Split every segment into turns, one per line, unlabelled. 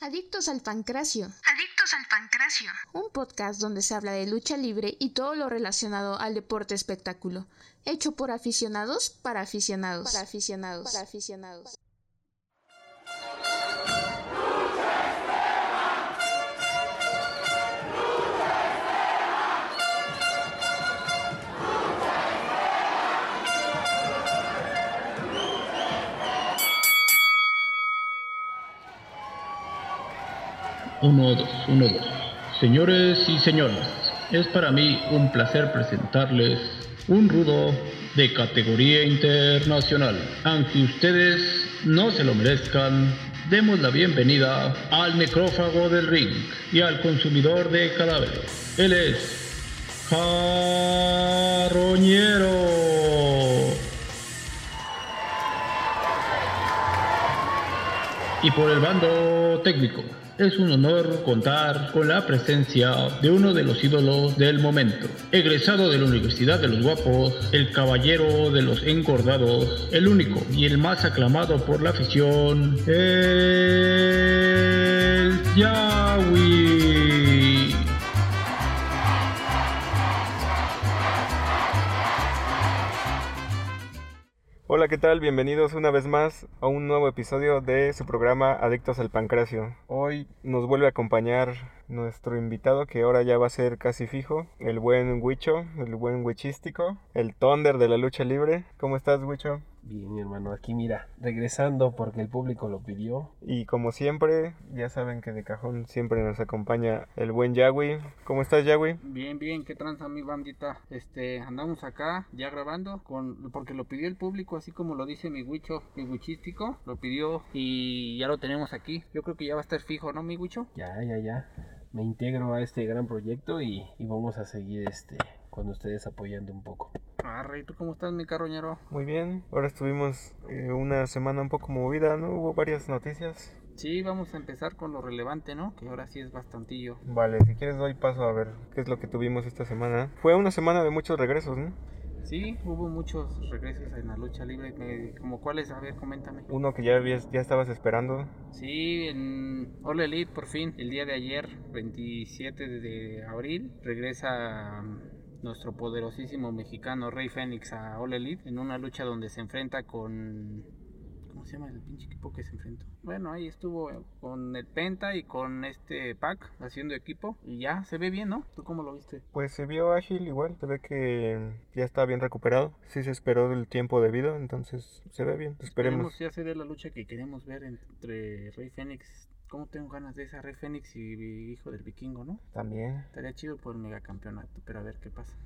Adictos al Pancracio.
Adictos al Pancracio.
Un podcast donde se habla de lucha libre y todo lo relacionado al deporte espectáculo. Hecho por aficionados para aficionados. Para aficionados. Para aficionados.
Uno, dos, uno, dos. Señores y señoras, es para mí un placer presentarles un rudo de categoría internacional. Aunque ustedes no se lo merezcan, demos la bienvenida al necrófago del ring y al consumidor de cadáveres. Él es Carroñero. Y por el bando técnico, es un honor contar con la presencia de uno de los ídolos del momento, egresado de la Universidad de los Guapos, el caballero de los engordados, el único y el más aclamado por la afición, el Yahweh.
Hola, ¿qué tal? Bienvenidos una vez más a un nuevo episodio de su programa Adictos al Pancracio. Hoy nos vuelve a acompañar nuestro invitado que ahora ya va a ser casi fijo, el buen Huicho, el buen Huichístico, el Thunder de la lucha libre. ¿Cómo estás, Huicho?
Bien, mi hermano, aquí mira, regresando porque el público lo pidió.
Y como siempre, ya saben que de cajón siempre nos acompaña el buen Yagüi. ¿Cómo estás, Yagüi?
Bien, bien, qué tranza mi bandita. Este, andamos acá ya grabando con porque lo pidió el público, así como lo dice mi Huicho, mi Huichístico, lo pidió y ya lo tenemos aquí. Yo creo que ya va a estar fijo, ¿no, mi Huicho?
Ya, ya, ya. Me integro a este gran proyecto y, y vamos a seguir este con ustedes apoyando un poco.
Arre, ¿tú cómo estás, mi carroñero?
Muy bien, ahora estuvimos eh, una semana un poco movida, ¿no? Hubo varias noticias.
Sí, vamos a empezar con lo relevante, ¿no? Que ahora sí es bastantillo.
Vale, si quieres doy paso a ver qué es lo que tuvimos esta semana. Fue una semana de muchos regresos, ¿no?
Sí, hubo muchos regresos en la lucha libre. Me, como cuáles, a ver, coméntame.
Uno que ya, habías, ya estabas esperando.
Sí, en All Elite, por fin, el día de ayer, 27 de abril, regresa mm, nuestro poderosísimo mexicano Rey Fénix a All Elite en una lucha donde se enfrenta con. ¿Cómo se llama el pinche equipo que se enfrentó? Bueno, ahí estuvo eh, con el Penta y con este Pac haciendo equipo y ya se ve bien, ¿no? ¿Tú cómo lo viste?
Pues se vio ágil igual, se ve que ya está bien recuperado, sí se esperó el tiempo debido, entonces se ve bien. Esperemos,
Esperemos ya se dé la lucha que queremos ver entre Rey Fénix ¿Cómo tengo ganas de esa Rey Fénix y Hijo del Vikingo, no?
También.
Estaría chido por el megacampeonato, pero a ver qué pasa.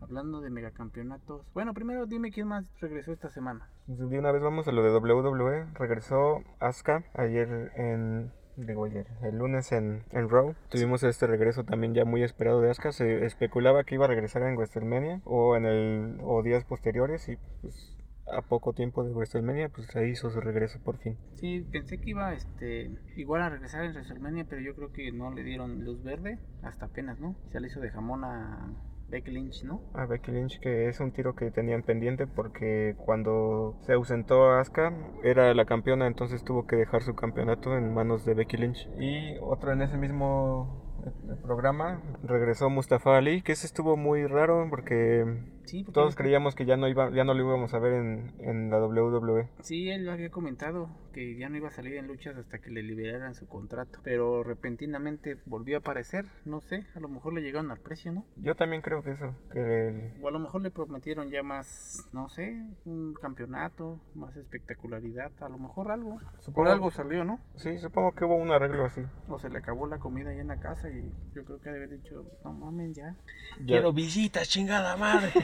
Hablando de megacampeonatos. Bueno, primero dime quién más regresó esta semana.
De una vez vamos a lo de WWE. Regresó Asuka ayer en. Digo ayer, el lunes en, en Raw. Tuvimos este regreso también ya muy esperado de Asuka. Se especulaba que iba a regresar en WrestleMania o en el o días posteriores y pues a poco tiempo de WrestleMania, pues se hizo su regreso por fin.
Sí, pensé que iba este, igual a regresar en WrestleMania, pero yo creo que no le dieron luz verde hasta apenas, ¿no? Se le hizo de jamón a Becky Lynch, ¿no?
A Becky Lynch, que es un tiro que tenían pendiente porque cuando se ausentó Asuka, era la campeona, entonces tuvo que dejar su campeonato en manos de Becky Lynch. Y otro en ese mismo eh, programa regresó Mustafa Ali, que ese estuvo muy raro porque
Sí, porque
todos creíamos que ya no iba, ya no lo íbamos a ver en, en la E. WWE.
Sí, él había comentado que ya no iba a salir en luchas hasta que le liberaran su contrato, pero repentinamente volvió a aparecer, no sé, a lo mejor le llegaron al precio, ¿no?
Yo también creo que eso, que el-
O a lo mejor le prometieron ya más, no sé, un campeonato, más espectacularidad, a lo mejor algo. Por
Supongo-
algo salió, ¿no?
sí, supongo que hubo un arreglo así.
O se le acabó la comida ahí en la casa y yo creo que debe haber dicho, no mames ya,
Ya-
Quiero visitas, chingada madre.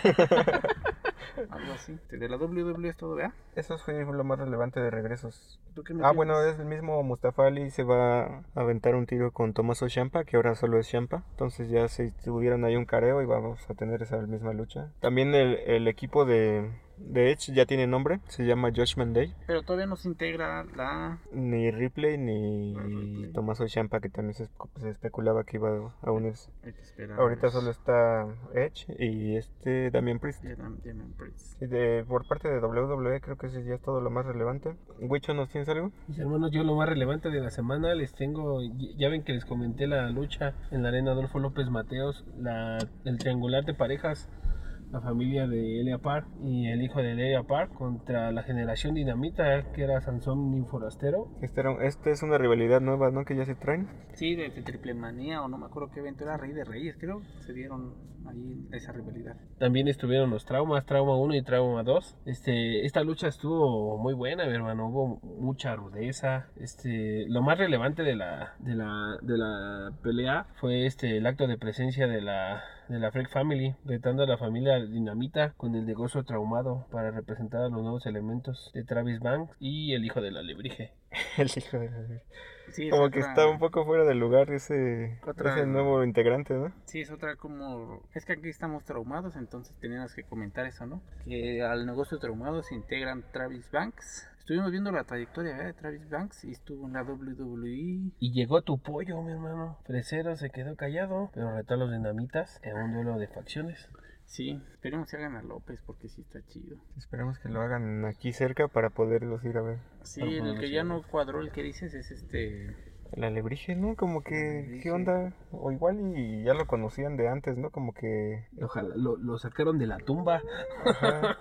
algo así. De la WWE es todo, ¿verdad?
Eso fue lo más relevante de regresos.
¿Tú qué me
Ah,
tienes?
bueno, es el mismo Mustafa Ali se va a aventar un tiro con Tommaso Champa, que ahora solo es Champa. Entonces ya se tuvieron ahí un careo y vamos a tener esa misma lucha. También el, el equipo de De hecho, ya tiene nombre, se llama Judgment Day.
Pero todavía no se integra la.
Ni Ripley ni
No, Ripley.
Tommaso Ciampa, que también se, espe- se especulaba que iba a unirse.
Hay que esperar.
Ahorita solo está Edge y este Damian Priest.
Ya, dam- Damian Priest.
Y de, por parte de WWE creo que eso ya es todo lo más relevante. Wicho, ¿nos tienes algo?
Mis hermanos, yo lo más relevante de la semana les tengo, ya ven que les comenté la lucha en la arena Adolfo López Mateos, la, el triangular de parejas, la familia de Elia Park y el hijo de Elia Park contra la generación dinamita que era Sansón y Forastero.
Este, era un- este es una rivalidad nueva, ¿no? Que ya se traen.
Sí, de, de Triple Manía o no me acuerdo qué evento era Rey de Reyes, creo. Se dieron ahí esa rivalidad.
También estuvieron los traumas, trauma 1 y trauma 2. Este, esta lucha estuvo muy buena, mi hermano, hubo mucha rudeza. Este, lo más relevante de la, de la, de la pelea fue este, el acto de presencia de la, de la Freak Family, retando a la familia Dinamita con el negocio traumado para representar a los nuevos elementos de Travis Banks y el hijo de la Lebrige.
El hijo de...
Sí, es
Como que
otra-
está un poco fuera de lugar ese,
Otra-
ese nuevo integrante, ¿no?
Sí, es otra como... Es que aquí estamos traumados, entonces tenías que comentar eso, ¿no? Que al negocio traumado se integran Travis Banks. Estuvimos viendo la trayectoria ¿verdad? de Travis Banks y estuvo en la E. WWE.
Y llegó tu pollo, mi hermano. Fresero se quedó callado, pero retó a los Dinamitas en un duelo de facciones.
Sí, esperemos que hagan a López porque sí está chido.
Esperemos que lo hagan aquí cerca para poderlos ir a ver.
Sí,
Pero
el
podemos
que
ir.
ya no cuadró el que dices es este...
El alebrije, ¿no? Como que, ¿qué
Alebrije.
onda? O igual y ya lo conocían de antes, ¿no? Como que...
Ojalá, lo, lo sacaron de la tumba.
ajá,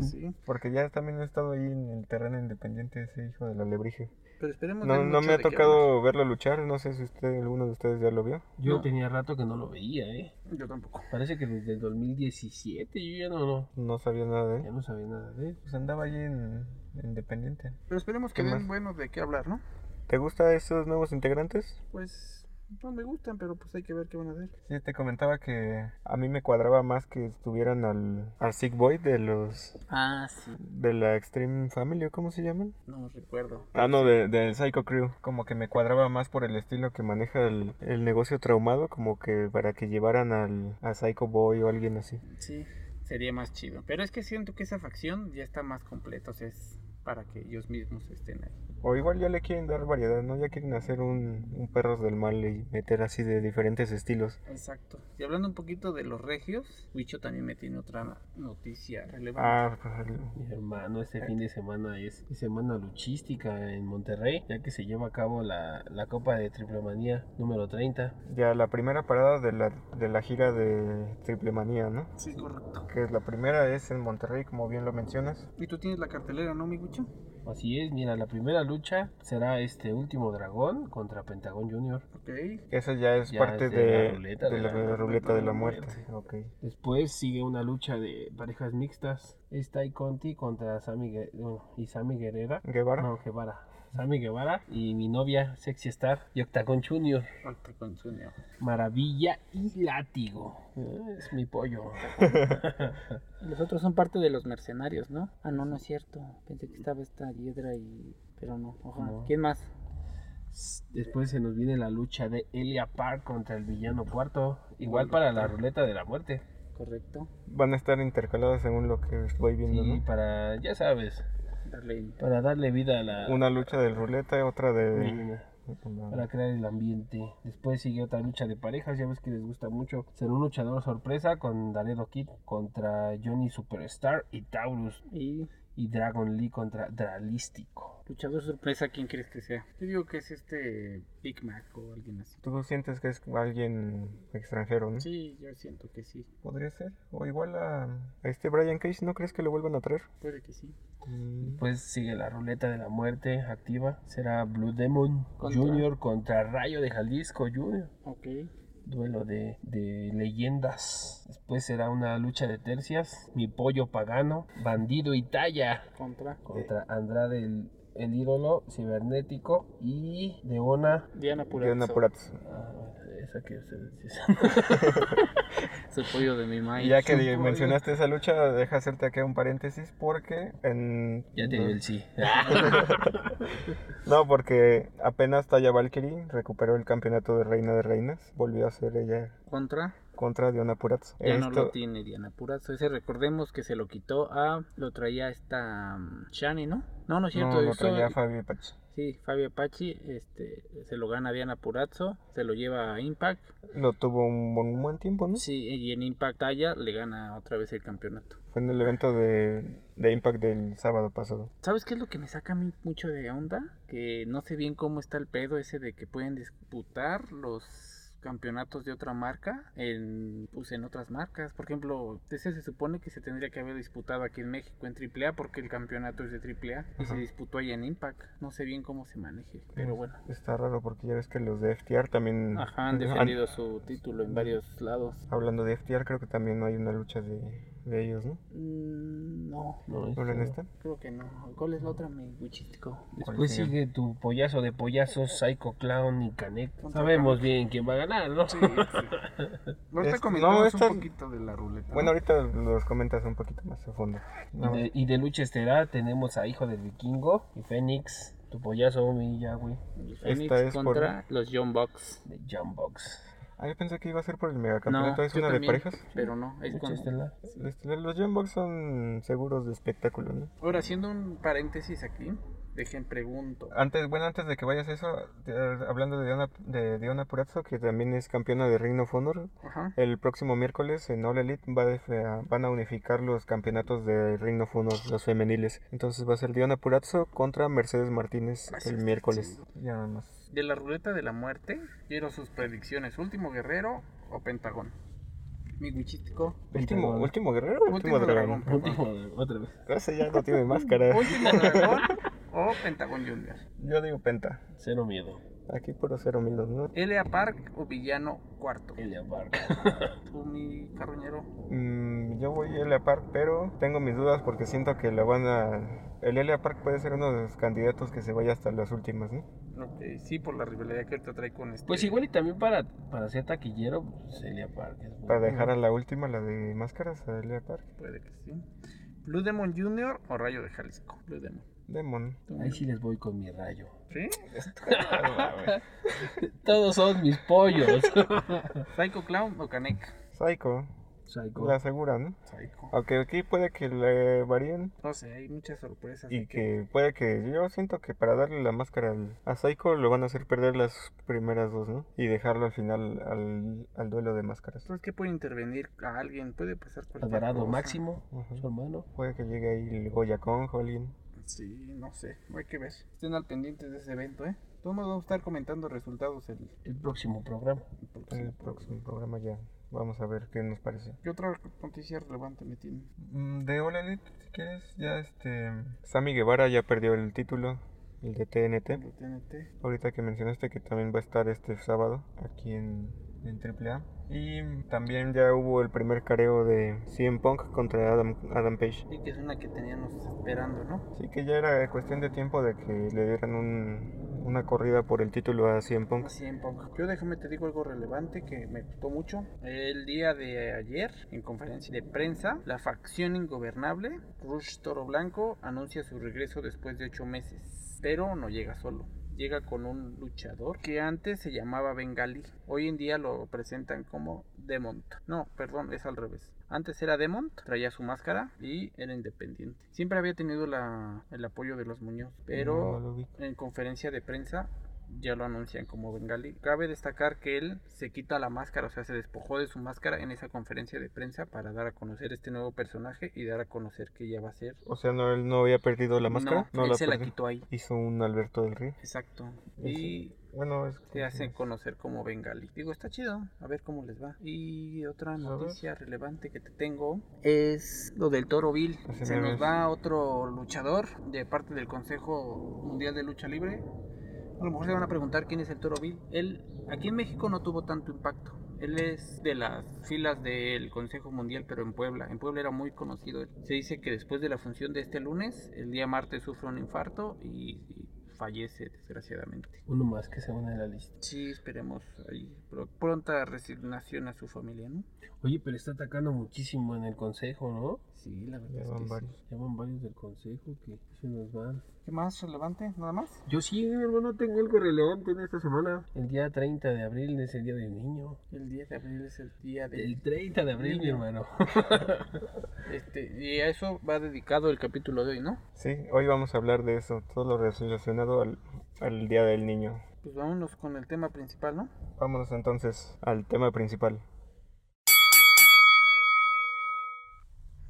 Sí,
porque ya también he estado ahí en el terreno independiente ese hijo del alebrije.
pero esperemos...
No,
den
no
mucho
me ha
de qué
tocado verlo luchar, no sé si usted, alguno de ustedes ya lo vio.
Yo
No.
tenía rato que no lo veía, ¿eh?
hablar. Yo tampoco.
Parece que desde el 2017 yo ya no, no,
No sabía nada de
ya
él.
no sabía nada de él.
Pues andaba allí en independiente.
Pero esperemos que
¿Qué
den
más?
buenos de qué hablar, ¿no?
¿Te gustan estos nuevos integrantes?
Pues no me gustan, pero pues hay que ver qué van a hacer.
Sí, te comentaba que a mí me cuadraba más que estuvieran al, al Sick Boy de los
Ah, sí.
de la Extreme Family, ¿o ¿cómo se llaman?
No recuerdo.
Ah, no, del de, del Psycho Crew. Como que me cuadraba más por el estilo que maneja el, el negocio traumado, como que para que llevaran al a Psycho Boy o alguien así.
Sí, sería más chido. Pero es que siento que esa facción ya está más completa, o sea, es para que ellos mismos estén ahí.
O igual ya le quieren dar variedad, ¿no? Ya quieren hacer un, un Perros del Mal y meter así de diferentes estilos.
Exacto. Y hablando un poquito de los regios, Wicho también me tiene otra noticia relevante.
Ah, pues,
Mi hermano, este fin de semana es semana luchística en Monterrey, ya que se lleva a cabo la, la Copa de Triple Manía número 30.
ya la primera parada de la, de la gira de Triple Manía, ¿no?
Sí, correcto.
Que es la primera es en Monterrey, como bien lo mencionas.
Y tú tienes la cartelera, ¿no, mi Wicho?
Así es, mira, la primera lucha será este último dragón contra Pentagón Junior.
Ok.
Esa ya es
Ya
parte
es
de, de
de la
la
ruleta
ruleta de la, muerte. Ok.
Después sigue una lucha de parejas mixtas. Es Tai Conti contra Sammy, Gue- bueno, y Sammy Guerrera.
Guevara.
No, Guevara. Sammy Guevara y mi novia, Sexy Star y Octagon Junior.
Falta con su neo.
Maravilla y látigo. Eh, Es mi pollo.
Los otros son parte de los mercenarios, ¿no? Ah, no, no es cierto. Pensé que estaba esta hiedra y... Pero no, ojalá.
No.
¿Quién más?
Después se nos viene la lucha de Elia Park contra el villano Puerto. Igual para la ruleta de la muerte.
Correcto.
Van a estar intercaladas según lo que estoy viendo,
Y
¿no?
para, ya sabes,
Darle
para darle vida a la.
Una lucha del ruleta y otra de...
Una- para crear el ambiente. Después sigue otra lucha de parejas, ya ves que les gusta mucho. Será un luchador sorpresa con Daredo Kid contra Johnny Superstar y Taurus
Y
y Dragon Lee contra Dralístico.
luchador sorpresa.
¿Esa quién crees que sea? Yo digo que es este Big Mac o alguien así.
Tú sientes que es alguien extranjero, ¿no?
Sí, yo siento que sí.
Podría ser. O igual a, a este Brian Case, ¿no crees que lo vuelvan a traer?
Puede que sí.
Mm.
Después sigue la ruleta de la muerte activa. Será Blue Demon
Contra-
Junior contra Rayo de Jalisco Junior.
Ok.
Duelo de, de leyendas. Después será una lucha de tercias. Mi pollo pagano, bandido y talla.
Contra.
contra Andrade el, el ídolo cibernético y de una
Diana Purazzo.
Diana Purazzo.
ah, esa que ustedes dicen.
Su pollo de mi maíz.
ya que di- mencionaste esa lucha, deja hacerte aquí un paréntesis porque en...
ya te dio el sí Ah,
No, porque apenas Taya Valkyrie recuperó el campeonato de Reina de Reinas, volvió a ser ella
Contra
contra Diana Purazzo.
Ya no
Esto-
lo tiene Diana Purazzo. Ese recordemos que se lo quitó a. Lo traía esta. mm, Shani, ¿no? No, no es cierto.
no, lo
eso-
traía Fabio Pachi.
Sí, Fabio Apache. Este, se lo gana Diana Purazzo. Se lo lleva a Impact.
Lo tuvo un buen, buen tiempo, ¿no?
Sí, y en Impact Aya le gana otra vez el campeonato.
Fue en el evento de, de Impact del sábado pasado.
¿Sabes qué es lo que me saca a mí mucho de onda? Que no sé bien cómo está el pedo ese de que pueden disputar los campeonatos de otra marca en pues en otras marcas por ejemplo ese se supone que se tendría que haber disputado aquí en México en AAA porque el campeonato es de AAA y se
Ajá.
disputó allá en Impact no sé bien cómo se maneje pero bueno
Está raro porque ya ves que los de FTR también...
ajá han
Ah,
defendido su título en varios lados
Hablando de FTR, creo que también hay una lucha de, de ellos, ¿no?
Mm, no
No, este, es-
¿Hablan esta?
creo que no cuál es la otra mi guchistico
Después
sería?
sigue tu pollazo de pollazos, Psycho Clown y Canek.
Contra
Sabemos bien quién va a ganar, ¿no?
Ahorita
Es-
comentamos
no, esta-
un poquito de la ruleta.
Bueno,
¿no?
ahorita los comentas un poquito más a fondo. Nada
Y de, y de lucha estelar tenemos a Hijo del Vikingo y Fénix, tu pollazo, mi ya, güey,
El Fénix
es por-
contra los John Bucks
de Jumbox.
Ah, yo pensé que iba a ser por el megacampeonato. ¿Es
yo
una
también,
de parejas?
Pero no, es
Lucha
con-
estelar.
Este, Los Jambox son seguros de espectáculo, ¿no?
Ahora, haciendo un paréntesis aquí, dejen pregunto.
Antes, bueno, antes de que vayas a eso, te- hablando de Diana, de Diana Purazzo, que también es campeona de Reign of Honor,
Ajá.
el próximo miércoles en All Elite va a def- a- van a unificar los campeonatos de Reign of Honor, los femeniles. Entonces va a ser Diana Purazzo contra Mercedes Martínez
Así
el
es,
miércoles.
Ah, sí.
Ya nada más.
De la ruleta de la muerte, quiero sus predicciones. ¿Último guerrero o pentagón? Mi guichístico.
Último,
Pentagon.
último guerrero, último,
Último
dragón.
dragón.
Último, otra vez.
Ese ya no tiene máscara.
Último dragón o pentagón junior.
Yo digo penta.
Cero miedo.
Aquí puro cero mil, ¿no?
L.A. Park o villano cuarto.
Elia Park.
Tú, mi carroñero.
Mm, yo voy a Elia Park, pero tengo mis dudas porque siento que la van a... El Elia Park puede ser uno de los candidatos que se vaya hasta las últimas, ¿no?
Ok, eh, sí, por la rivalidad que ahorita trae con este.
Pues igual y también para, para ser taquillero, pues Elia Park. es bueno.
Para dejar a la última, la de máscaras, a Elia Park.
Puede que sí. Blue Demon Junior o Rayo de Jalisco. Blue Demon.
Demon.
Ahí sí les voy con mi rayo.
¿Sí?
Todos son mis pollos.
Psycho Clown o Canek.
Psycho,
Psycho.
la segura, ¿no?
Psycho.
Aunque aquí puede que le varíen
No sé, hay muchas sorpresas.
y
aquí.
que puede que... Yo siento que para darle la máscara al- a Psycho lo van a hacer perder las primeras dos, ¿no? Y dejarlo al final al, al duelo de máscaras.
Entonces, ¿qué puede intervenir a alguien? Puede pasar cualquier
Alvarado
cosa.
Máximo,
Ujú.
su hermano.
Puede que llegue ahí el Goya con alguien.
Sí, no sé. Hay que ver. Estén al pendiente de ese evento, ¿eh? Todos nos vamos a estar comentando resultados el,
El próximo programa.
el próximo.
En el próximo programa ya vamos a ver qué nos parece.
¿Qué otra noticia relevante me tiene?
Mm, De All si quieres, ya este... Sammy Guevara ya perdió el título, el de TNT.
Lo TNT.
Ahorita que mencionaste que también va a estar este sábado aquí en, en AAA. Y también ya hubo el primer careo de CM Punk contra Adam, Adam Page.
Sí, que es una que teníamos esperando, ¿no?
Así que ya era cuestión de tiempo de que le dieran un- una corrida por el título a CM Punk.
Así en poco. Yo déjame te digo algo relevante que me gustó mucho. El día de ayer, en conferencia de prensa, la facción ingobernable, Rush Toro Blanco, anuncia su regreso después de ocho meses. Pero no llega solo. Llega con un luchador que antes se llamaba Bengali. Hoy en día lo presentan como Demont. No, perdón, es al revés. Antes era Demont, traía su máscara y era independiente. Siempre había tenido la- el apoyo de los Muñoz, pero
No lo ubico.
en conferencia de prensa ya lo anuncian como Bengali. Cabe destacar que él se quita la máscara, o sea, se despojó de su máscara en esa conferencia de prensa para dar a conocer este nuevo personaje y dar a conocer que ya va a ser.
O sea, no, él no había perdido la máscara.
No, él
la
se la
perdió.
quitó ahí.
Hizo un Alberto del Río.
Exacto.
Ujú.
Y
Bueno, es
se hacen conocer como Bengali. Digo, está chido, a ver cómo les va. Y otra
ver.
noticia relevante que te tengo es lo del Toro Bill.
Ese
Se
meme
nos
es-
va otro luchador de parte del Consejo Mundial de Lucha Libre. A lo mejor se van a preguntar quién es el Toro Bill. Él aquí en México no tuvo tanto impacto. Él es de las filas del Consejo Mundial, pero en Puebla. En Puebla era muy conocido. él. Se dice que después de la función de este lunes, el día martes sufre un infarto y- y fallece desgraciadamente.
Uno más que se une a la lista.
Sí, esperemos ahí pro- pronta resignación a su familia, ¿no?
Oye, pero está atacando muchísimo en el consejo, ¿no?
Sí, la
Ya
verdad
van
es que
varios.
Llaman varios del consejo que se nos van.
¿Qué más relevante? ¿Nada más?
Yo sí, hermano, tengo algo relevante en esta semana. El día 30 de abril es el Día del Niño.
El 10 de abril es el día del...
El 30 de abril, mi hermano.
Este, y a eso va dedicado el capítulo de hoy, ¿no?
Sí, hoy vamos a hablar de eso, todo lo relacionado al, al Día del Niño.
Pues vámonos con el tema principal, ¿no?
Vámonos entonces al tema principal.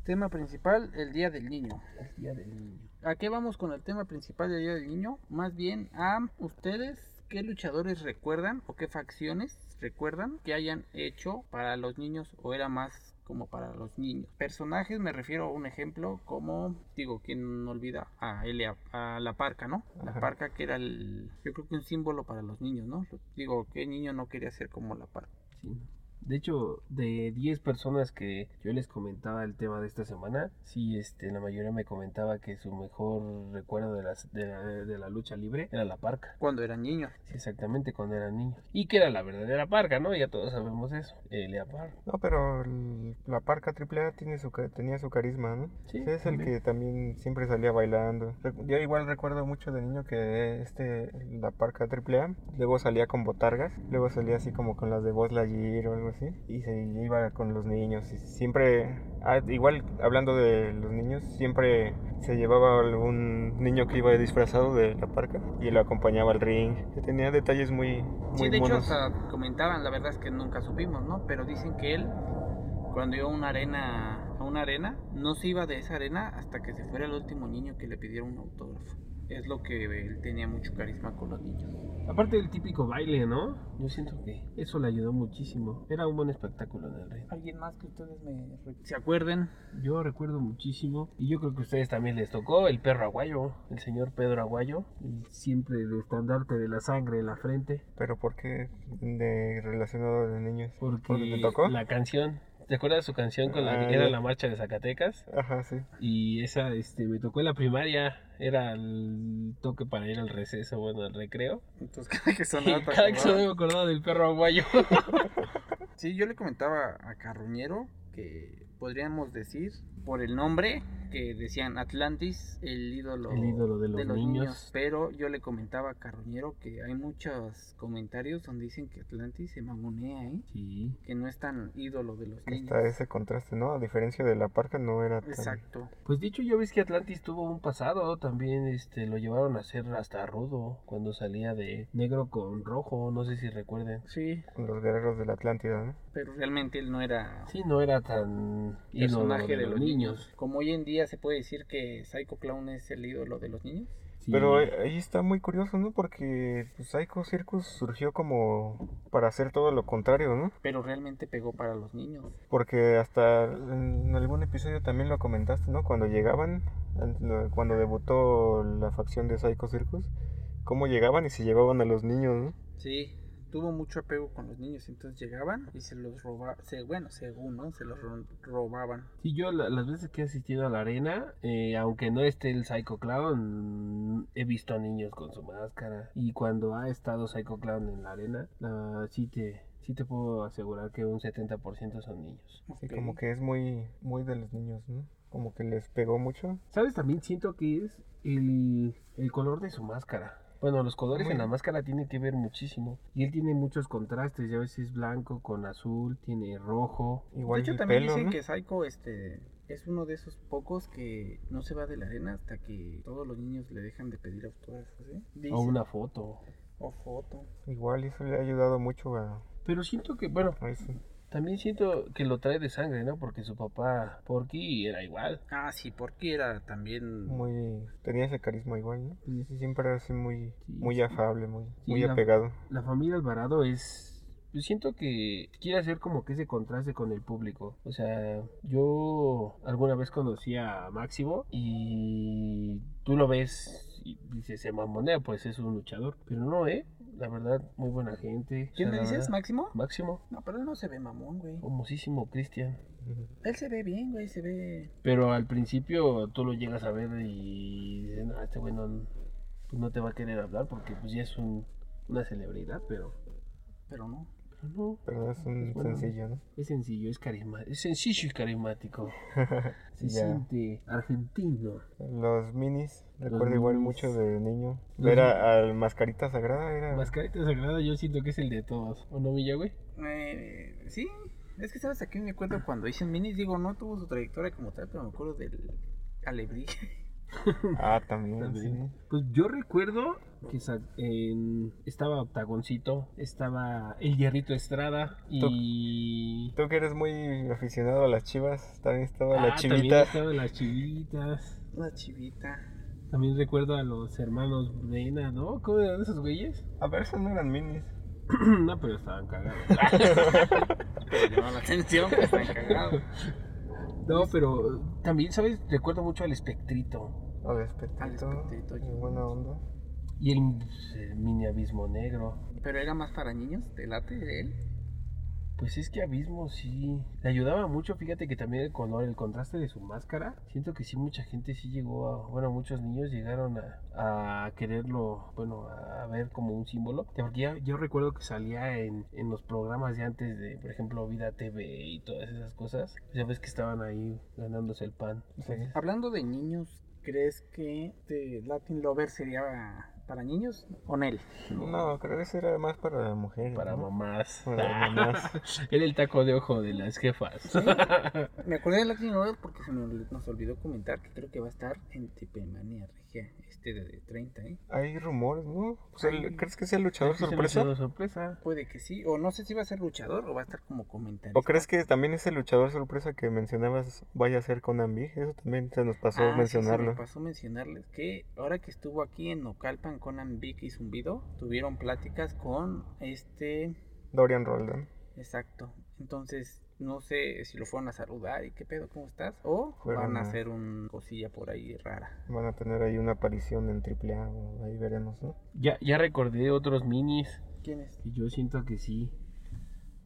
Tema principal, el Día del Niño.
El Día del Niño.
¿A qué vamos con el tema principal del Día del Niño? Más bien a ustedes, ¿qué luchadores recuerdan o qué facciones recuerdan que hayan hecho para los niños o era más como para los niños. Personajes me refiero a un ejemplo como, digo, quien no olvida a Elia, a la parca, ¿no? La
Ajá.
parca que era el, yo creo que un símbolo para los niños, ¿no? Digo, ¿qué niño no quería ser como la parca?
Sí. De hecho, de 10 personas que yo les comentaba el tema de esta semana, sí, este, la mayoría me comentaba que su mejor recuerdo de, las, de, la, de la lucha libre era la parca.
Cuando eran niños.
Sí, exactamente, cuando eran niños. Y que era la verdadera parca, ¿no? Ya todos sabemos eso. Eh, Elia Park.
No, pero el- la parca triple A tiene su, ca- tenía su carisma, ¿no?
Sí,
Ese es el
también.
que también siempre salía bailando. Recu- Yo igual recuerdo mucho de niño que este, la parca triple A, luego salía con botargas, luego salía así como con las de Buzz Lightyear o algo así, y se iba con los niños. Y siempre, ah, igual hablando de los niños, siempre se llevaba algún niño que iba disfrazado de la parca y lo acompañaba al ring. Tenía detalles muy, muy
Sí, de hecho
monos.
hasta comentaban, la verdad es que nunca supimos, ¿no? Pero dicen que él, cuando iba a una arena, a una arena, no se iba de esa arena hasta que se fuera el último niño que le pidiera un autógrafo. Es lo que él tenía mucho carisma con los niños.
Aparte del típico baile, ¿no? Yo siento que eso le ayudó muchísimo. Era un buen espectáculo en el ring.
¿Alguien más que ustedes me... se acuerden?
Yo recuerdo muchísimo, y yo creo que a ustedes también les tocó, el perro aguayo, el señor Pedro Aguayo, y siempre el estandarte de la sangre en la frente,
¿Pero por qué de relacionado de niños?
porque
te tocó?
la canción, ¿te acuerdas su canción con la
Ah,
que era
ya.
la marcha de Zacatecas?
Ajá, sí.
Y esa este, me tocó en la primaria, era el toque para ir al receso, bueno, al recreo.
Entonces cada que
Y
sonaba... te
cada que se
acordabas.
me acordaba del perro aguayo.
Sí, yo le comentaba a Carruñero que podríamos decir por el nombre que decían Atlantis, el ídolo,
El ídolo de los niños.
Pero yo le comentaba a Carruñero que hay muchos comentarios donde dicen que Atlantis se mamonea, ¿eh?
Sí.
que no es tan ídolo de los niños.
Está ese contraste, ¿no? A diferencia de la parca, no era tan...
Exacto.
Pues dicho, ya ves que Atlantis tuvo un pasado, también este lo llevaron a hacer hasta rudo cuando salía de negro con rojo, no sé si recuerden.
Sí,
Los guerreros de la Atlántida, ¿no?
pero realmente él no era
Sí, no era tan ídolo
personaje de los niños. Como hoy en día se puede decir que Psycho Clown es el ídolo de los niños.
Sí.
Pero eh, ahí está muy curioso, ¿no? Porque pues, Psycho Circus surgió como para hacer todo lo contrario, ¿no?
Pero realmente pegó para los niños.
Porque hasta en algún episodio también lo comentaste, ¿no? Cuando llegaban, an- cuando debutó la facción de Psycho Circus, cómo llegaban y se llevaban a los niños, ¿no?
Sí, tuvo mucho apego con los niños, entonces llegaban y se los robaban, bueno, según, ¿no? Se los ro- robaban.
Sí, yo la- las veces que he asistido a la arena, eh, aunque no esté el Psycho Clown, mm, he visto niños con su máscara. Y cuando ha estado Psycho Clown en la arena, la- sí, te, sí te puedo asegurar que un 70% son niños.
Sí,
Ok.
como que es muy, muy de los niños, ¿no? Como que les pegó mucho.
¿Sabes? También siento que es el, el color de su máscara. Bueno, los colores
Muy
en la
bien.
máscara tienen que ver muchísimo. Y él tiene muchos contrastes. Ya ves, es blanco con azul, tiene rojo.
Igual
de hecho,
el
también
pelo,
dicen
¿no?
que Psycho este, es uno de esos pocos que no se va de la arena hasta que todos los niños le dejan de pedir autógrafos, ¿eh? Dicen,
O una foto.
o foto.
Igual eso le ha ayudado mucho a,
Pero siento que, bueno,
a eso.
también siento que lo trae de sangre, ¿no? Porque su papá, Porky, era igual.
Ah, sí, porque era también...
Muy, tenía ese carisma igual, ¿no?
Mm. Sí.
Sí, siempre era así muy,
Sí,
muy
sí.
afable, muy,
Sí,
muy
la-
apegado.
La familia Alvarado es... Yo siento que quiere hacer como que ese contraste con el público. O sea, yo alguna vez conocí a Máximo y tú lo ves y dices, se mamonea, pues es un luchador. Pero no, ¿eh? La verdad, muy buena gente. O sea,
¿Quién me
la
dices,
verdad,
Máximo?
Máximo.
No, pero él no se ve mamón, güey.
Famosísimo Cristian.
Él se ve bien, güey, se ve...
Pero al principio tú lo llegas a ver y dices, no, este güey no, pues no te va a querer hablar porque pues ya es un- una celebridad, pero...
Pero no.
No,
Pero es un
Bueno.
sencillo, ¿no?
es sencillo, es carismático. Es sencillo y carismático. Se
Ya.
siente argentino.
Los minis, recuerdo
Los
igual
minis.
mucho de niño.
Los
Era al Mascarita Sagrada, era...
Mascarita Sagrada yo siento que es el de todos. ¿O no, Milla, güey?
Eh, sí, es que sabes aquí me acuerdo cuando dicen minis, digo, no tuvo su trayectoria como tal, pero me acuerdo del alebrije.
Ah, también,
También.
sí.
Pues yo recuerdo que sa- en- estaba Octagoncito, estaba el Hierrito Estrada y...
Tú que eres muy aficionado a las chivas, también estaba la
Ah,
chivita.
También estaban las chivitas.
Una chivita.
También recuerdo a los hermanos Brena, ¿no? ¿Cómo eran esos güeyes?
A ver, esos no eran minis.
no, pero estaban cagados.
Me llamó la atención, pues, están cagados.
No, pero también, ¿sabes? Recuerdo mucho al Espectrito
O despetito.
Al Espectrito, yo-
buena onda.
y el, el mini abismo negro.
Pero era más para niños, ¿te late ¿eh? de él?
Pues es que Abismo sí le ayudaba mucho, fíjate que también el color, el contraste de su máscara, siento que sí mucha gente sí llegó a, bueno, muchos niños llegaron a, a quererlo, bueno, a ver como un símbolo, porque ya- yo recuerdo que salía en, en los programas de antes de, por ejemplo, Vida TV y todas esas cosas, Pues ya ves que estaban ahí ganándose el pan. Entonces,
Hablando de niños, ¿crees que este Latin Lover sería para niños? ¿O él?
No, creo que ese era más para las mujeres.
Para
¿no?
mamás.
Para mamás.
Era el taco de ojo de las jefas.
Me acordé de Latin Lover porque se nos, nos olvidó comentar que creo que va a estar en Tepemania Regia, este de 30, ¿eh?
Hay rumores, ¿no? O sea,
Hay-
¿Crees que sea luchador sorpresa?
Sorpresa.
Puede que sí, o no sé si va a ser luchador o va a estar como comentarista.
¿O crees que también ese luchador sorpresa que mencionabas vaya a ser Conan Big? Eso también se nos pasó
Ah, sí, se
mencionarlo.
me pasó mencionarles que ahora que estuvo aquí en Nocalpan Conan Vic y Zumbido, tuvieron pláticas con este.
Dorian Roldan.
Exacto. Entonces, no sé si lo fueron a saludar y qué pedo, ¿cómo estás? O
Fueron
van a
a-
hacer un cosilla por ahí rara.
Van a tener ahí una aparición en AAA, o ahí veremos, ¿no?
Ya, ya recordé otros minis.
¿Quién es?
Y yo siento que sí.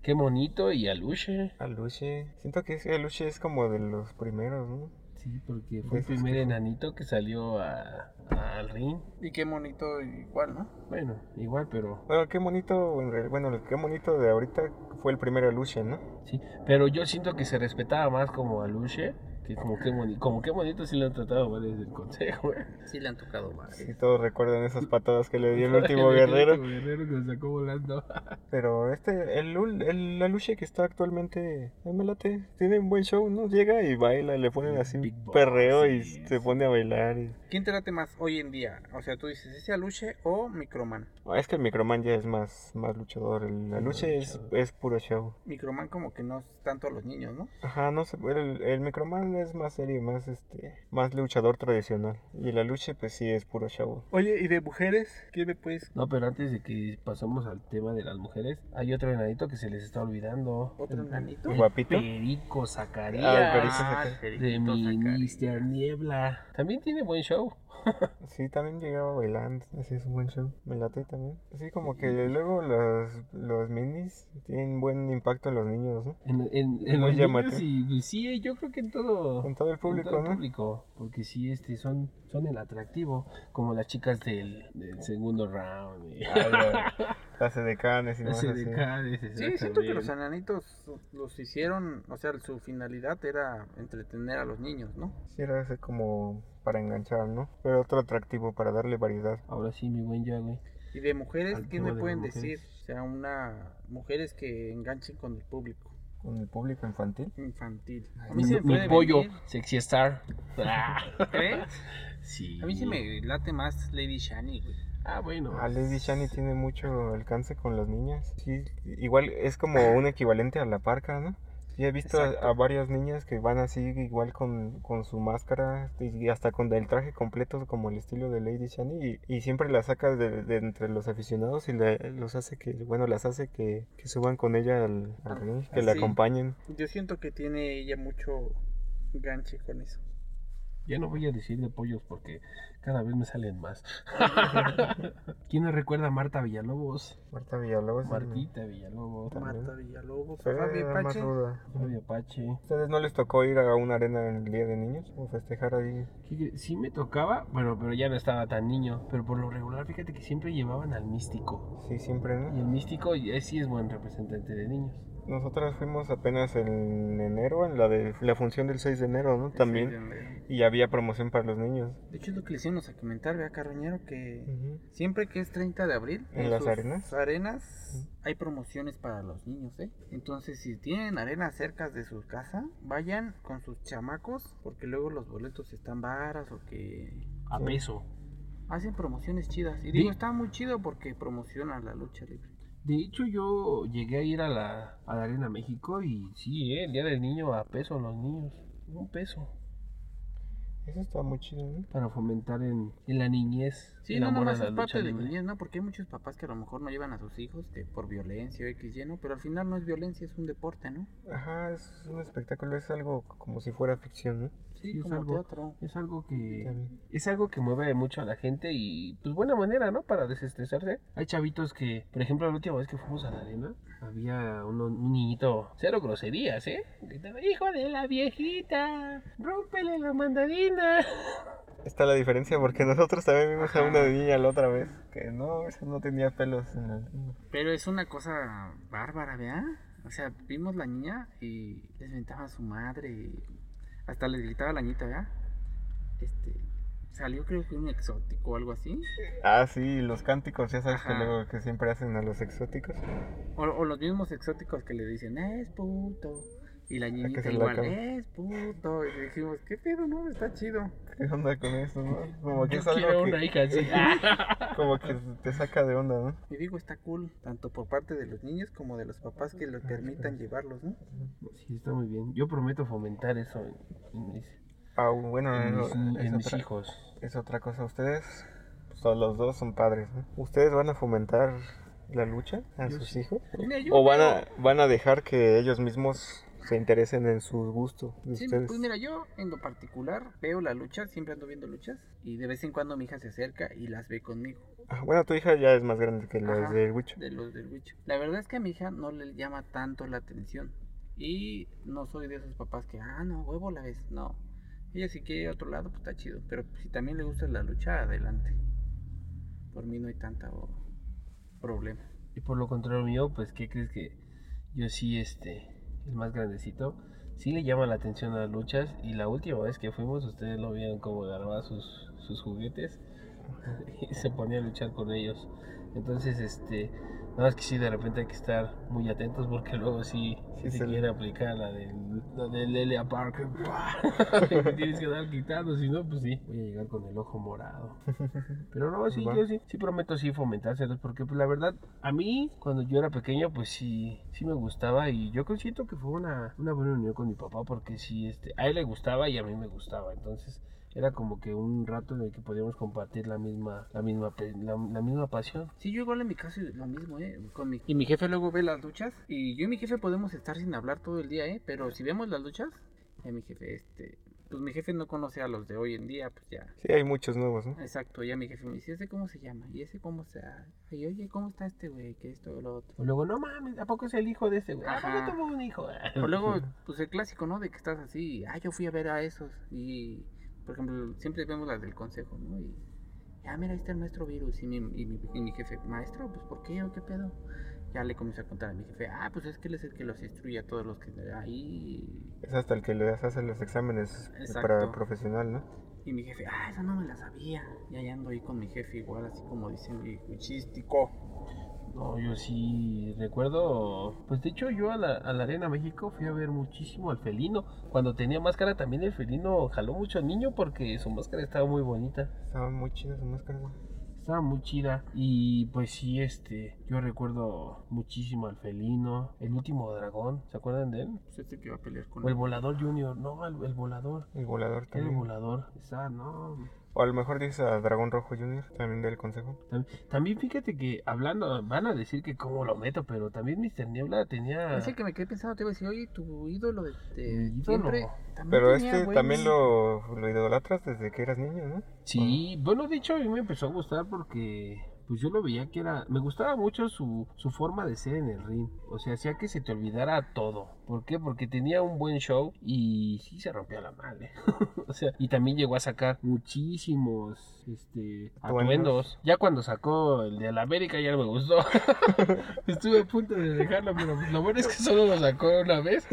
Qué bonito y aluche.
Aluche. Siento que ese Aluche es como de los primeros, ¿no?
Sí, porque fue el
Pues es
primer
que-
enanito que salió a- al ring.
Y qué monito igual, ¿no?
Bueno, igual, pero
Bueno, qué bonito, en real- bueno, qué bonito de ahorita fue el primer Aluche, ¿no?
sí. Pero yo siento que se respetaba más como aluche que como qué bonito. Como qué bonito sí lo han tratado mal desde el consejo. eh.
Sí le han tocado varios.
Si todos recuerdan esas patadas que le dio el último guerrero.
último guerrero que lo sacó volando.
Pero este, el, ul- el Aluche que está actualmente, ay, me late, tiene un buen show, ¿no? Llega y baila, le ponen así
Big
un
boss,
perreo y
sí,
se pone a bailar. y-
¿Quién te late más hoy en día? O sea, tú dices, ¿ese Aluche o Microman?
Ah, Es que el Microman ya es más, más luchador, el Aluche es,
luchador.
es puro show.
Microman como que no es tanto a los niños, ¿no?
Ajá, no sé, el, el Microman es más serio, más este, más luchador tradicional. Y el Aluche pues sí es puro show.
Oye, ¿y de mujeres? ¿Quién le puedes
No, pero antes de que pasemos al tema de las mujeres, hay otro enanito que se les está olvidando.
¿Otro
El-
enanito?
el
Guapito.
Perico
Ah, el
Zacarías.
Perico.
de mi Mr. Niebla. También tiene buen show.
Sí, también llegaba bailando, así es un buen show. Me late también. Así como que luego los, los minis tienen buen impacto en los niños, ¿no?
En, en, en
Muy
los niños
llamativo.
y pues, sí, yo creo que en todo,
En todo el
en
público,
todo el
¿no?
público, porque sí, este, son, son el atractivo, como las chicas del, del segundo round. y-
Las edecanes y
las
más así.
SDKs,
Sí, siento que los
exactamente.
ananitos los hicieron, o sea, su finalidad era entretener a los niños, ¿no?
Sí, era así como para enganchar, ¿no? Pero otro atractivo para darle variedad.
Ahora sí, mi buen ya, güey.
Y de mujeres,
Al
¿quién
tema
me
de
pueden
mujeres.
decir? O sea, una mujeres que enganchen con el público
Con el público infantil.
infantil. A
Mi,
mí se me
mi
fue de
pollo,
venir,
sexy star. Ah,
¿crees?
sí.
A mí se me late más Lady Shani, güey.
Ah, bueno.
A Lady Shani tiene mucho alcance con las niñas. Sí, igual es como un equivalente a la parca, ¿no? Sí, he visto a,
Exacto.
a varias niñas que van así igual con, con su máscara y hasta con el traje completo como el estilo de Lady Shani y, y siempre las saca de, de entre los aficionados y la- los hace que, bueno, las hace que, que suban con ella al, al
Ah,
ring, que la
sí.
acompañen.
Yo siento que tiene ella mucho enganche con eso.
Ya no voy a decir de pollos porque Cada vez me salen más. ¿Quién nos recuerda a Marta Villalobos?
Marta Villalobos.
Martita Villalobos.
Marta Villalobos,
Fue
Fabi
la más
Pache.
ruda.
Fabio Apache.
¿Ustedes no les tocó ir a una arena en el Día de Niños o festejar ahí?
¿Qué cre- Sí me tocaba, bueno, pero ya no estaba tan niño. Pero por lo regular, fíjate que siempre llevaban al místico.
Sí, siempre,
Y
¿no?
el místico eh, sí es buen representante de niños.
Nosotras fuimos apenas en enero, en la de la función del 6 de enero, ¿no? También.
De
Y había promoción para los niños.
hecho, es lo que le hicimos a comentar, vea, Carroñero, que Siempre que es 30 de abril,
¿En las arenas?
arenas hay promociones para los niños, ¿eh? Entonces, si tienen arenas cerca de su casa, vayan con sus chamacos, porque luego los boletos están varas o que
A
Sí.
peso.
hacen promociones chidas. Y
Di-
digo, está muy chido porque promocionan la lucha libre.
De hecho, yo llegué a ir a la, a la Arena México y sí, eh, el día del niño a peso los niños. Un peso.
Eso estaba muy chido, ¿no?
Para fomentar en, en la niñez.
Sí,
el
no,
amor
nada
a
más
la
es
lucha
parte de
libre.
niñez, ¿no? Porque hay muchos papás que a lo mejor no llevan a sus hijos que por violencia o X lleno, pero al final no es violencia, es un deporte, ¿no?
Ajá, es un espectáculo, es algo como si fuera ficción, ¿no?
Sí,
Sí,
es
como
algo-
teatro.
Es algo que...
También.
es algo que mueve mucho a la gente y pues buena manera, ¿no? Para desestresarse. Hay chavitos que, por ejemplo, la última vez que fuimos a la arena, había uno- un niñito, cero groserías, ¿eh? Gritaba, hijo de la viejita, rómpele la mandarina.
Está la diferencia porque nosotros también vimos a una niña la otra vez, que no, esa no tenía pelos en la lengua.
Pero es una cosa bárbara, ¿verdad? O sea, vimos la niña y les mentaba a su madre y hasta les gritaba la niñita, ¿verdad? Este, salió creo que un exótico o algo así.
Ah, sí, los cánticos, ya sabes que
Ajá.
luego que siempre hacen a los exóticos.
O, o los mismos exóticos que le dicen, es puto. Y la niñita
se la
igual,
acaba.
es puto. Y dijimos, ¿qué pedo, no? Está chido.
¿Qué onda con eso, no? Como que
Yo
es algo
quiero
que-
una hija así.
como que te saca de onda, ¿no?
Y digo, está cool, tanto por parte de los niños como de los papás que les permitan llevarlos, ¿no?
Sí, está muy bien. Yo prometo fomentar eso en, en mis,
Ah, bueno,
en
no,
mis ni-
es,
en mis
otra,
hijos.
es otra cosa. Ustedes, pues, los dos son padres, ¿no? ¿Ustedes van a fomentar la lucha a
Yo
sus
sí.
hijos?
Pues Mira, yo
¿O van
veo-
a, van a dejar que ellos mismos se interesen en su gusto de
Sí,
ustedes?
pues mira, yo en lo particular veo la lucha, siempre ando viendo luchas y de vez en cuando mi hija se acerca y las ve conmigo,
Ah, Bueno, tu hija ya es más grande que la
Ajá.
de Wicho.
de los del Witch. La verdad es que a mi hija no le llama tanto la atención y no soy de esos papás que, ah, no, huevo la ves, no. Ella si quiere ir a otro lado, pues está chido, pero si también le gusta la lucha, adelante. Por mí no hay tanto problema.
Y por lo contrario mío, pues, ¿qué crees que yo sí, este, el más grandecito, sí le llama la atención a las luchas? Y la última vez que fuimos, ustedes lo vieron como agarraba sus, sus juguetes y se ponía a luchar con ellos. Entonces, este, nada más que sí, de repente hay que estar muy atentos porque luego sí, sí
Sí,
se
se le-
quiere aplicar la del, la del Elia Parker. Te tienes que dar quitando, si no, pues sí, voy a llegar con el ojo morado. Pero no, sí,
Va.
yo sí, sí prometo sí fomentárselos, porque pues la verdad, a mí cuando yo era pequeño, pues sí, sí me gustaba y yo creo- siento que fue una, una buena unión con mi papá, porque sí, este, a él le gustaba y a mí me gustaba, entonces era como que un rato en el que podíamos compartir la misma, la misma, pe- la, la misma pasión.
Sí, yo igual en mi caso lo mismo, ¿eh? Con mi... Y mi jefe luego ve las luchas. Y yo y mi jefe podemos estar sin hablar todo el día, ¿eh? Pero si vemos las luchas, ya mi jefe, este... Pues mi jefe no conoce a los de hoy en día, pues ya.
Sí, hay muchos nuevos, ¿no?
Exacto, ya mi jefe me dice, ¿ese cómo se llama? ¿Y ese cómo se...? Y oye, ¿cómo está este güey? Que esto o lo otro?
O luego, no mames, ¿a poco es el hijo de ese güey? ¿A poco
Ajá.
tuvo un hijo?
O luego, pues el clásico, ¿no? De que estás así, ah, yo fui a ver a esos. Y, por ejemplo, siempre vemos las del consejo, ¿no? Y, ah, mira, ahí está el maestro virus. Y mi, y mi, y mi jefe, maestro, pues ¿por qué o qué pedo? Ya le comencé a contar a mi jefe, ah, pues es que él es el que los instruye a todos los que están ahí.
Es hasta el que les hace los exámenes
Exacto.
para profesional, ¿no?
Y mi jefe, ah, eso no me la sabía. Y allá ando ahí con mi jefe, igual, así como dicen, mi cuchístico.
No, yo sí recuerdo, pues de hecho yo a la, a la Arena México fui a ver muchísimo al felino. Cuando tenía máscara también el felino jaló mucho al niño porque su máscara estaba muy bonita,
Estaban muy chidas sus máscaras. ¿no?
estaba muy chida. Y pues sí, este, yo recuerdo muchísimo al felino, el último dragón, ¿se acuerdan de él?
Pues este que va a pelear con
O el volador junior, no, el, el volador.
El volador
Era el
también.
volador, está, no.
O a lo mejor dices a Dragón Rojo Jr., también del consejo.
Tam- También fíjate que hablando, van a decir que cómo lo meto, pero también Mr. Niebla tenía.
Es el que me quedé pensando, te iba a decir, oye, tu ídolo de, de
Ah. Mi ídolo.
siempre. también
Pero
tenía
este
güeyes.
también lo, lo idolatras desde que eras niño, ¿no?
Sí, bueno, de hecho a mí me empezó a gustar porque pues yo lo veía que era, me gustaba mucho su, su forma de ser en el ring, o sea, hacía que se te olvidara todo. ¿Por qué? Porque tenía un buen show y sí se rompía la madre. o sea, y también llegó a sacar muchísimos este
Atuendos.
atuendos. Ya cuando sacó el de la América ya no me gustó. Estuve a punto de dejarlo, pero pues, lo bueno es que solo lo sacó una vez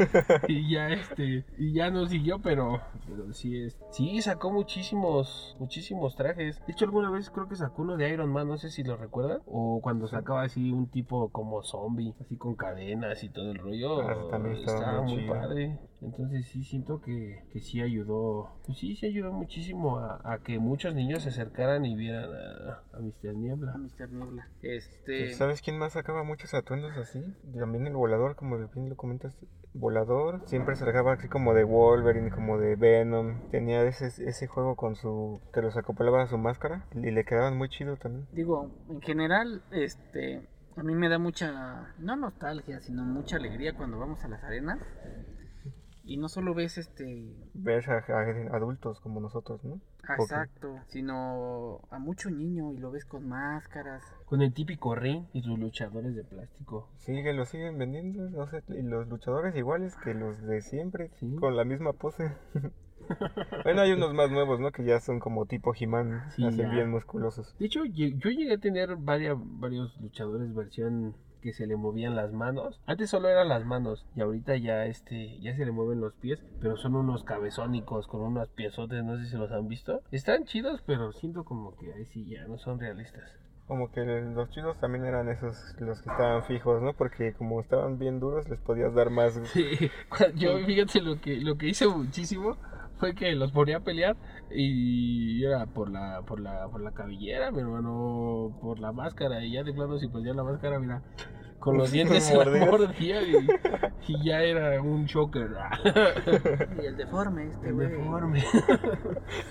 y ya este y ya no siguió, pero, pero sí es sí sacó muchísimos muchísimos trajes. De hecho alguna vez creo que sacó uno de Iron Man, no sé si lo recuerdan, o cuando sacaba así un tipo como zombie, así con cadenas y todo el rollo,
Ah, eso también estaba
estaba
muy
muy
chido.
padre. Entonces sí siento que, que sí ayudó, pues sí sí ayudó muchísimo a, a que muchos niños se acercaran y vieran a, a Mr. Niebla.
Ah, Mr. Niebla.
Pues,
Este.
¿Sabes quién más sacaba muchos atuendos así? También el volador, como bien lo comentas, volador. Siempre sacaba así como de Wolverine, como de Venom. Tenía ese, ese juego con su... que los acoplaba a su máscara y le quedaban muy chido también.
Digo, en general, este, a mí me da mucha, no nostalgia, sino mucha alegría cuando vamos a las arenas. Y no solo ves este,
Ver a, a adultos como nosotros, ¿no?
a
Ok.
exacto, sino a mucho niño y lo ves con máscaras.
Con el típico ring y sus luchadores de plástico.
Sí, que los siguen vendiendo, no sé, y los luchadores iguales que los de siempre,
Sí.
con la misma pose. bueno, hay unos más nuevos, ¿no? Que ya son como tipo He-Man,
Sí,
así
ya.
bien musculosos.
De hecho, lle- yo llegué a tener varia- varios luchadores versión que se le movían las manos. Antes solo eran las manos y ahorita ya este ya se le mueven los pies, pero son unos cabezónicos con unos piezotes, no sé si los han visto. Están chidos, pero siento como que ahí sí ya no son realistas.
Como que los chidos también eran esos, los que estaban fijos, ¿no? Porque como estaban bien duros, les podías dar más.
Sí, cuando- yo fíjate lo que lo que hice muchísimo fue que los ponía a pelear y era por la por la por la cabellera, mi hermano, por la máscara y ya de plano si perdía la máscara, mira, con los dientes se la
Mordidas.
mordía y, y ya era un choker. Ah,
Y el deforme, este güey.
Deforme.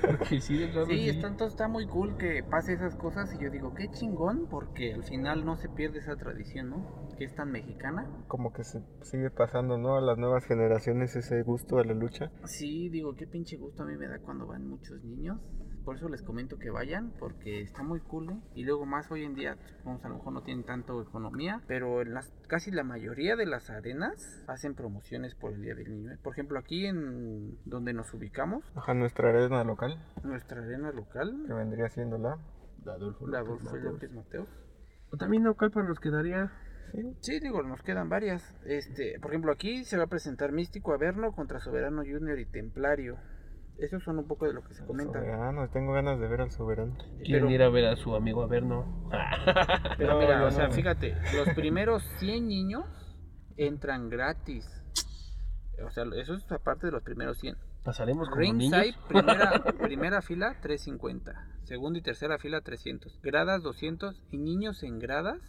Porque sí de plano
Sí,
sí.
es tanto, está muy cool que pase esas cosas y yo digo, qué chingón, porque al final no se pierde esa tradición, ¿no? Que es tan mexicana.
Como que se sigue pasando, ¿no? A las nuevas generaciones ese gusto de la lucha.
Sí, digo, qué pinche gusto a mí me da cuando van muchos niños. Por eso les comento que vayan, porque está muy cool, ¿eh? Y luego más hoy en día, vamos, a lo mejor no tienen tanto economía, pero en las, casi la mayoría de las arenas hacen promociones por el Día del Niño. ¿eh? Por ejemplo, aquí en donde nos ubicamos,
Ajá, nuestra arena local,
nuestra arena
que
local,
vendría siendo la.
Adolfo
la
López
Adolfo
Mateos.
López Mateos.
O También no calpa nos quedaría
Sí, digo, nos quedan varias. Este, por ejemplo, aquí se va a presentar Místico Averno contra Soberano Junior y Templario. Esos son un poco de lo
Pues,
que se comenta.
Soberano, tengo ganas de ver al soberano.
quieren
Pero-
ir a ver a su amigo Averno.
Pero
No,
mira,
no,
o sea,
no.
fíjate, los primeros 100 niños entran gratis. O sea, eso es aparte de los primeros 100.
Pasaremos con los
Ringside,
niños.
primera, primera fila, 350. Segunda y tercera fila, 300. Gradas, 200. Y niños en gradas,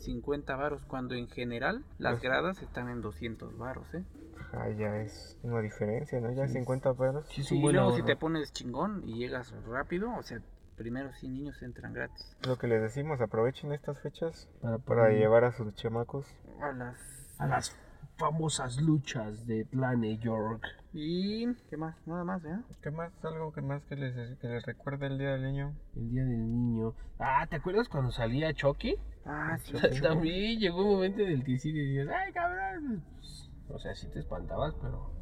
50 varos. Cuando en general las
Pues-
gradas están en 200 varos, ¿eh?
Ah, ya es una diferencia, ¿no? Ya
Sí.
50 pesos.
Sí, es un
y
buen
luego si
ahorro.
te pones chingón y llegas rápido, o sea, primero 100 niños entran gratis.
Lo que les decimos, aprovechen estas fechas
para,
para
poner-
llevar a sus chamacos.
A las...
a las famosas luchas de Tlane York.
Y... ¿Qué más? Nada más, ¿eh? ¿verdad?
¿Qué más? ¿Algo que más que les, que les recuerde el Día del Niño?
El día del niño. Ah, ¿te acuerdas cuando salía Chucky?
Ah, sí.
También llegó un momento en el que sí decías, ¡ay, cabrón! O sea, sí te espantabas, pero,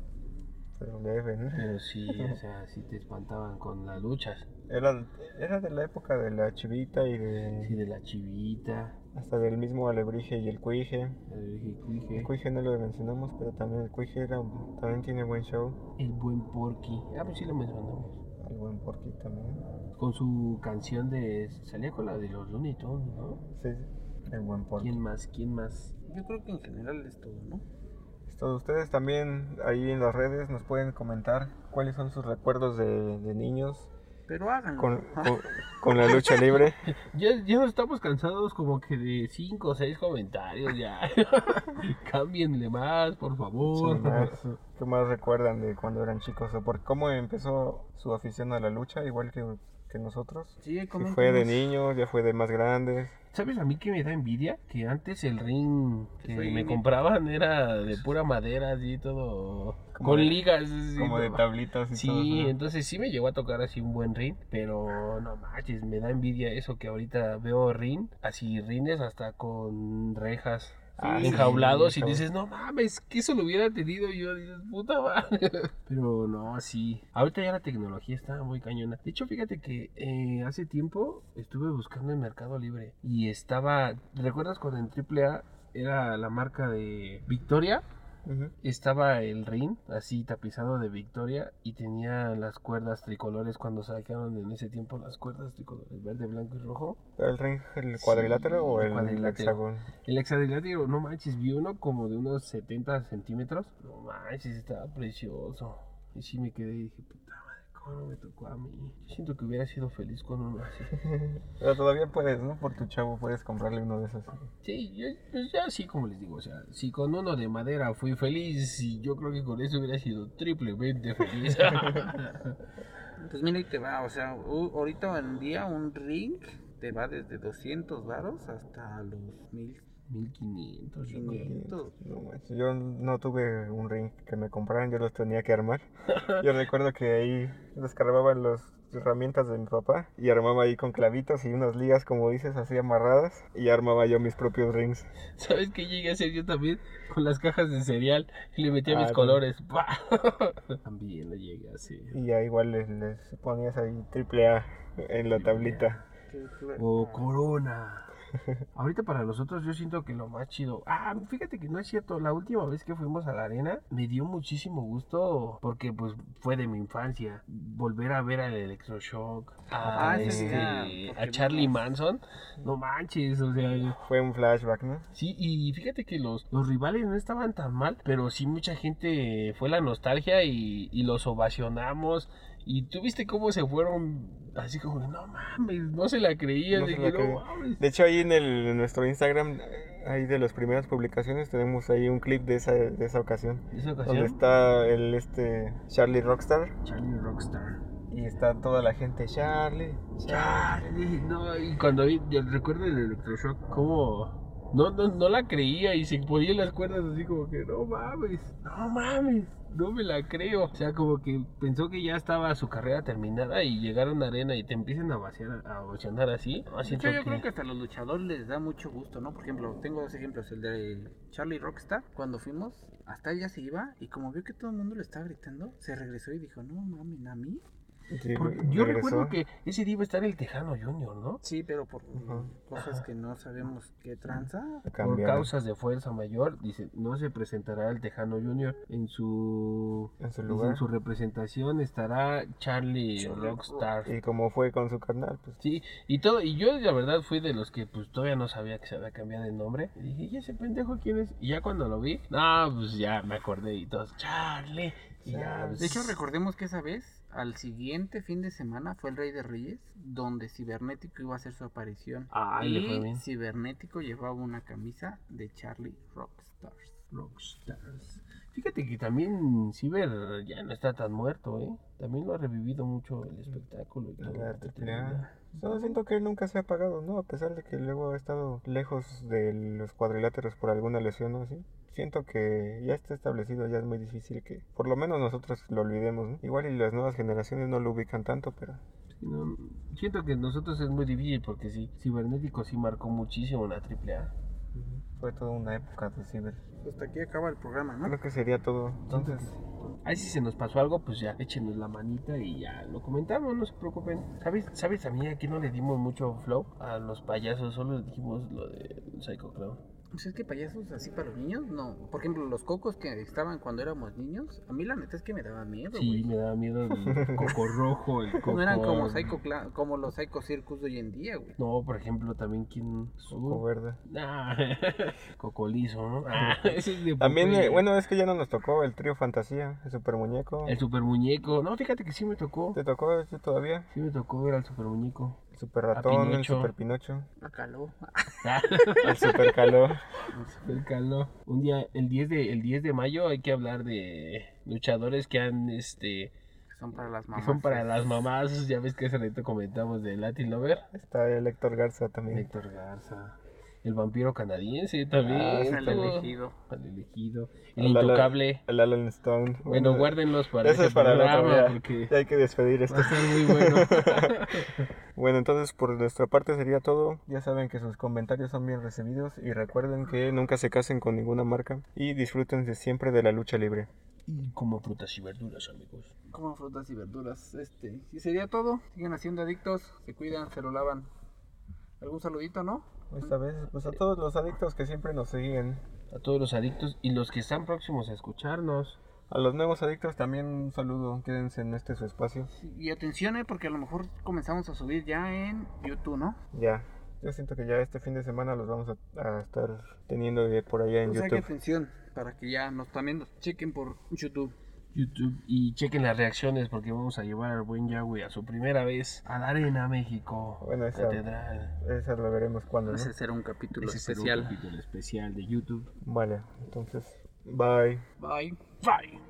Pero deben.
pero sí, o sea, sí te espantaban con las luchas.
Era, era de la época de la chivita y de
Sí, de la chivita,
hasta del mismo alebrije y el cuije.
el
El
jijije,
cuije no lo mencionamos, pero también el cuije era, también tiene buen show.
el buen Porky. Ah, pues sí lo mencionamos.
El buen porqui también.
Con su canción de. Salía con la de los Looney Tunes, ¿no?
Sí, el buen porqui.
¿Quién más? ¿Quién más?
Yo creo que en general es todo, ¿no?
Esto, ustedes también ahí en las redes nos pueden comentar cuáles son sus recuerdos de, de niños
Pero háganlo.
con- con- con la lucha libre.
Ya, ya nos estamos cansados como que de 5 o 6 comentarios ya. Cámbienle más, por favor.
Sí, más. ¿Qué más recuerdan de cuando eran chicos? ¿O por cómo empezó su afición a la lucha? Igual que, que que nosotros.
Sí,
Si
coméntanos.
fue de niños, ya fue de más grandes.
¿Sabes a mí que me da envidia? Que antes el ring que
Sí,
me
ni-
compraban era de pura madera, así todo.
Como
con
de-
ligas. así,
Como de
no.
tablitas y todo.
Sí, entonces sí me llegó a tocar así un buen ring, pero no manches, me da envidia eso que ahorita veo ring, así rines hasta con rejas.
Ah, sí,
enjaulados y
hijo.
dices, no mames, que eso lo hubiera tenido yo, dices, puta madre. Pero no, sí. Ahorita ya la tecnología está muy cañona. De hecho, fíjate que eh, hace tiempo estuve buscando en Mercado Libre y estaba, ¿recuerdas cuando en AAA era la marca de Victoria?
Ujú.
Estaba el ring así tapizado de Victoria y tenía las cuerdas tricolores cuando sacaron en ese tiempo las cuerdas tricolores verde, blanco y rojo.
¿El ring, el cuadrilátero
Sí,
o el
cuadrilátero.
hexágono?
El hexadrilátero, no manches, vi uno como de unos 70 centímetros. No manches, estaba precioso. Y sí me quedé y dije, puta madre, ¿cómo no me tocó a mí? Yo siento que hubiera sido feliz con uno así.
Pero todavía puedes, ¿no? Por tu chavo puedes comprarle uno de esos.
Sí, yo, pues ya sí, como les digo, o sea, si con uno de madera fui feliz, y yo creo que con eso hubiera sido triplemente feliz.
Pues mira, y te va, o sea, u- ahorita en día un ring te va desde 200 varos hasta los
1500, yo creo.
1500.
pues, No manches, yo no tuve un ring que me compraran, yo los tenía que armar. Yo recuerdo que ahí descargaba las herramientas de mi papá y armaba ahí con clavitos y unas ligas, como dices, así amarradas y armaba yo mis propios rings.
¿Sabes qué llegué a hacer yo también? Con las cajas de cereal y le metía
Ah,
mis
no.
colores. ¡pa! También lo llegué a hacer.
Y ya igual les, les ponías ahí triple A en la tablita.
O Corona. Ahorita para nosotros yo siento que lo más chido. Ah, fíjate que no es cierto. La última vez que fuimos a la arena me dio muchísimo gusto porque pues fue de mi infancia. Volver a ver al Electroshock, a,
Ah, sí,
este,
ya,
a
porque
Charlie
vimos-
Manson. No manches, o sea,
Fue un flashback, ¿no?
Sí, y fíjate que los, los rivales no estaban tan mal, pero sí mucha gente fue la nostalgia y, y los ovacionamos. Y tú viste cómo se fueron así como, de, no mames, no se la creían.
No
de
se la
que,
creían".
"No mames".
De hecho, ahí en, el, en nuestro Instagram, ahí de las primeras publicaciones, tenemos ahí un clip de esa, de esa ocasión.
Esa
Donde
ocasión,
está el este Charlie Rockstar
Charlie Rockstar.
y está toda la gente Charlie, Charlie.
Charlie, no, y cuando vi, yo recuerdo el electroshock, como... No, no, no la creía y se ponía en las cuerdas así como que, no mames, no mames, no me la creo. O sea, como que pensó que ya estaba su carrera terminada y llegaron a arena y te empiezan a vaciar, a oceanar así. No,
De
siento
hecho, yo creo que
que...
hasta los luchadores les da mucho gusto, ¿no? Por ejemplo, tengo dos ejemplos. El de Charlie Rockstar, cuando fuimos, hasta ella se iba y como vio que todo el mundo le estaba gritando, se regresó y dijo, no mames, ¿a mí?
Sí,
Porque yo
regresó.
recuerdo que ese día iba a estar el Tejano Junior, ¿no?
Sí, pero por
Ajá.
cosas que no sabemos qué tranza.
Por
Cambiaron
causas de fuerza mayor, dice, no se presentará el Tejano Junior en su...
en su
En
lugar.
su representación estará Charlie,
Charlie
Rockstar.
Y como fue con su carnal, pues
Sí, y todo, y yo la verdad fui de los que pues todavía no sabía que se había cambiado de nombre. Y dije, ¿y ese pendejo quién es? Y ya cuando lo vi, no, pues ya me acordé y todos, Charlie. Y ya,
De hecho,
pues,
recordemos que esa vez, al siguiente fin de semana, fue el Rey de Reyes, donde Cibernético iba a hacer su aparición.
Ay, Ah, le fue
y
bien.
Cibernético llevaba una camisa de Charlie Rockstar.
Rockstars. Fíjate que también Ciber ya no está tan muerto, ¿eh? También lo ha revivido mucho el espectáculo y todo.
Mm. la
lo que
triple A.
tenía.
Solo siento que nunca se ha apagado, ¿no? A pesar de que luego ha estado lejos de los cuadriláteros por alguna lesión o así. Siento que ya está establecido, ya es muy difícil que por lo menos nosotros lo olvidemos, ¿no? Igual y las nuevas generaciones no lo ubican tanto, pero
Sí, no, siento que nosotros es muy difícil porque sí, Cibernético sí marcó muchísimo la triple A.
fue toda una época de ciber.
Hasta aquí acaba el programa, ¿no?
Creo que sería todo. Entonces,
Ahí si se nos pasó algo, pues ya échenos la manita y ya lo comentamos, no se preocupen. ¿Sabes, sabes a mí aquí no le dimos mucho flow a los payasos? Solo dijimos lo de Psycho Clown.
Pues es que payasos así para los niños, no. Por ejemplo, los cocos que estaban cuando éramos niños, a mí la neta es que me daba miedo,
Sí,
güey.
me daba miedo el coco rojo, el coco...
No eran como, psycho, Cla- como los Psycho Circus de hoy en día, güey.
No, por ejemplo, también quien...
Coco Verde.
Ah, coco liso, ¿no? Ah, ese es de
También,
Popeye.
eh, bueno, es que ya no nos tocó el trío Fantasía, el Super Muñeco.
El super muñeco. No, fíjate que sí me tocó.
¿Te tocó ese todavía?
Sí me tocó ver al super muñeco.
El Super Ratón, el
Pinocho.
Super Pinocho,
Acaló.
el Super Caló.
El calor. Un día, el 10 de, el 10 de mayo hay que hablar de luchadores que han este
son para las mamás.
Son para las mamás, ya ves que hace rato comentamos de Latin Lover.
Está el Héctor Garza también.
Héctor Garza. El vampiro canadiense también.
Ah, es el
estuvo-
elegido.
El elegido. El
Al Alan-
intocable.
El Alan Stone.
Bueno, guárdenlos para
Eso
ese
es para el otro
programa
día.
porque
Ya hay que despedir
va
esto.
a ser muy bueno.
Bueno, entonces por nuestra parte sería todo. Ya saben que sus comentarios son bien recibidos y recuerden que nunca se casen con ninguna marca y disfrútense siempre de la lucha libre.
Y como frutas y verduras, amigos.
Como frutas y verduras. Este, y sería todo. Siguen haciendo adictos, se cuidan, se lo lavan. ¿Algún saludito, no?
Esta vez, pues a todos los adictos que siempre nos siguen.
A todos los adictos y los que están próximos a escucharnos.
A los nuevos adictos también un saludo. Quédense en este su espacio.
Sí, Y atención, eh, porque a lo mejor comenzamos a subir ya en YouTube, ¿no?
Ya. Yo siento que ya este fin de semana los vamos a, a estar teniendo de por allá en
O sea que
YouTube.
atención, para que ya nos también nos chequen por YouTube.
YouTube y chequen las reacciones porque vamos a llevar al buen Yahweh a su primera vez a la Arena México.
Bueno, esa-
Catedral.
Eso lo veremos cuando, ¿no?
Ese será un capítulo
Ese será un
especial.
capítulo especial de YouTube.
Vale, entonces, bye.
Bye.
Bye.